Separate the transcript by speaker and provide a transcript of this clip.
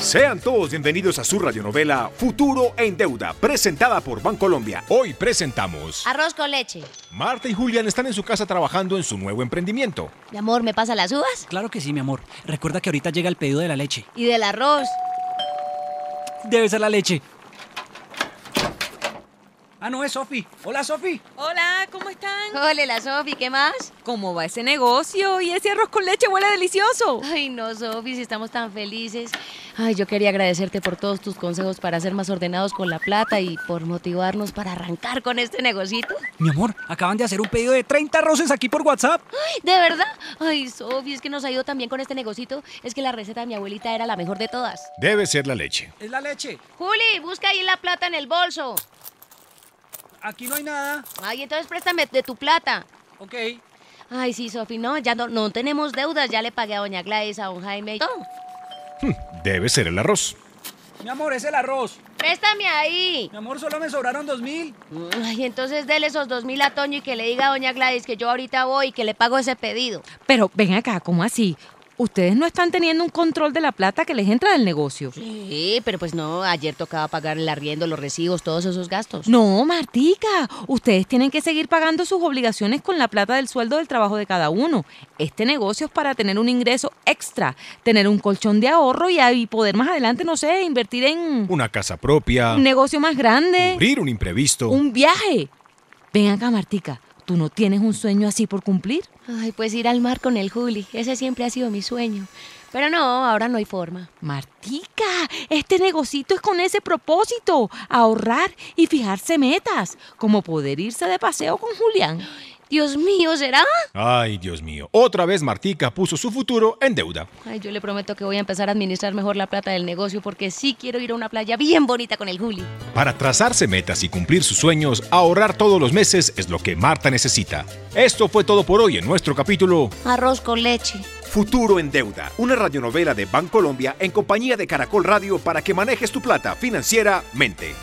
Speaker 1: Sean todos bienvenidos a su radionovela Futuro en Deuda, presentada por Bancolombia. Hoy presentamos.
Speaker 2: Arroz con leche.
Speaker 1: Marta y Julián están en su casa trabajando en su nuevo emprendimiento.
Speaker 2: Mi amor, ¿me pasa las uvas?
Speaker 3: Claro que sí, mi amor. Recuerda que ahorita llega el pedido de la leche.
Speaker 2: Y del arroz.
Speaker 3: Debe ser la leche. Ah, no, es Sofi. Hola, Sofi.
Speaker 4: Hola, ¿cómo están?
Speaker 2: Ole, la Sofi, ¿qué más?
Speaker 4: ¿Cómo va ese negocio? Y ese arroz con leche huele delicioso.
Speaker 2: Ay, no, Sofi, si estamos tan felices. Ay, yo quería agradecerte por todos tus consejos para ser más ordenados con la plata y por motivarnos para arrancar con este negocito.
Speaker 3: Mi amor, acaban de hacer un pedido de 30 roces aquí por WhatsApp.
Speaker 2: Ay, ¿de verdad? Ay, Sofi, es que nos ha ido tan bien con este negocito. Es que la receta de mi abuelita era la mejor de todas.
Speaker 1: Debe ser la leche.
Speaker 3: Es la leche.
Speaker 2: Juli, busca ahí la plata en el bolso.
Speaker 3: Aquí no hay nada.
Speaker 2: Ay, entonces préstame de tu plata.
Speaker 3: Ok.
Speaker 2: Ay, sí, Sofi, no, ya no, no tenemos deudas. Ya le pagué a doña Gladys, a don Jaime. y todo.
Speaker 1: Debe ser el arroz.
Speaker 3: Mi amor, es el arroz.
Speaker 2: Préstame ahí.
Speaker 3: Mi amor, solo me sobraron 2000.
Speaker 2: Ay, entonces dele esos dos mil a Toño y que le diga a doña Gladys que yo ahorita voy y que le pago ese pedido.
Speaker 5: Pero ven acá, ¿cómo así? Ustedes no están teniendo un control de la plata que les entra del negocio.
Speaker 2: Sí, pero pues no, ayer tocaba pagar el arriendo, los recibos, todos esos gastos.
Speaker 5: No, Martica, ustedes tienen que seguir pagando sus obligaciones con la plata del sueldo del trabajo de cada uno. Este negocio es para tener un ingreso extra, tener un colchón de ahorro y ahí poder más adelante, no sé, invertir en
Speaker 1: Una casa propia.
Speaker 5: un negocio más grande,
Speaker 1: Cubrir un imprevisto.
Speaker 5: un viaje. Ven acá, Martica, ¿tú no tienes un sueño así por cumplir?
Speaker 2: Ay, pues ir al mar con el Juli, ese siempre ha sido mi sueño. Pero no, ahora no hay forma.
Speaker 5: Martica, este negocito es con ese propósito, ahorrar y fijarse metas, como poder irse de paseo con Julián.
Speaker 2: Dios mío, ¿será?
Speaker 1: Ay, Dios mío. Otra vez Martica puso su futuro en deuda.
Speaker 2: Ay, yo le prometo que voy a empezar a administrar mejor la plata del negocio porque sí quiero ir a una playa bien bonita con el Juli.
Speaker 1: Para trazarse metas y cumplir sus sueños, ahorrar todos los meses es lo que Marta necesita. Esto fue todo por hoy en nuestro capítulo
Speaker 2: Arroz con leche.
Speaker 1: Futuro en Deuda, una radionovela de Bancolombia en compañía de Caracol Radio para que manejes tu plata financieramente.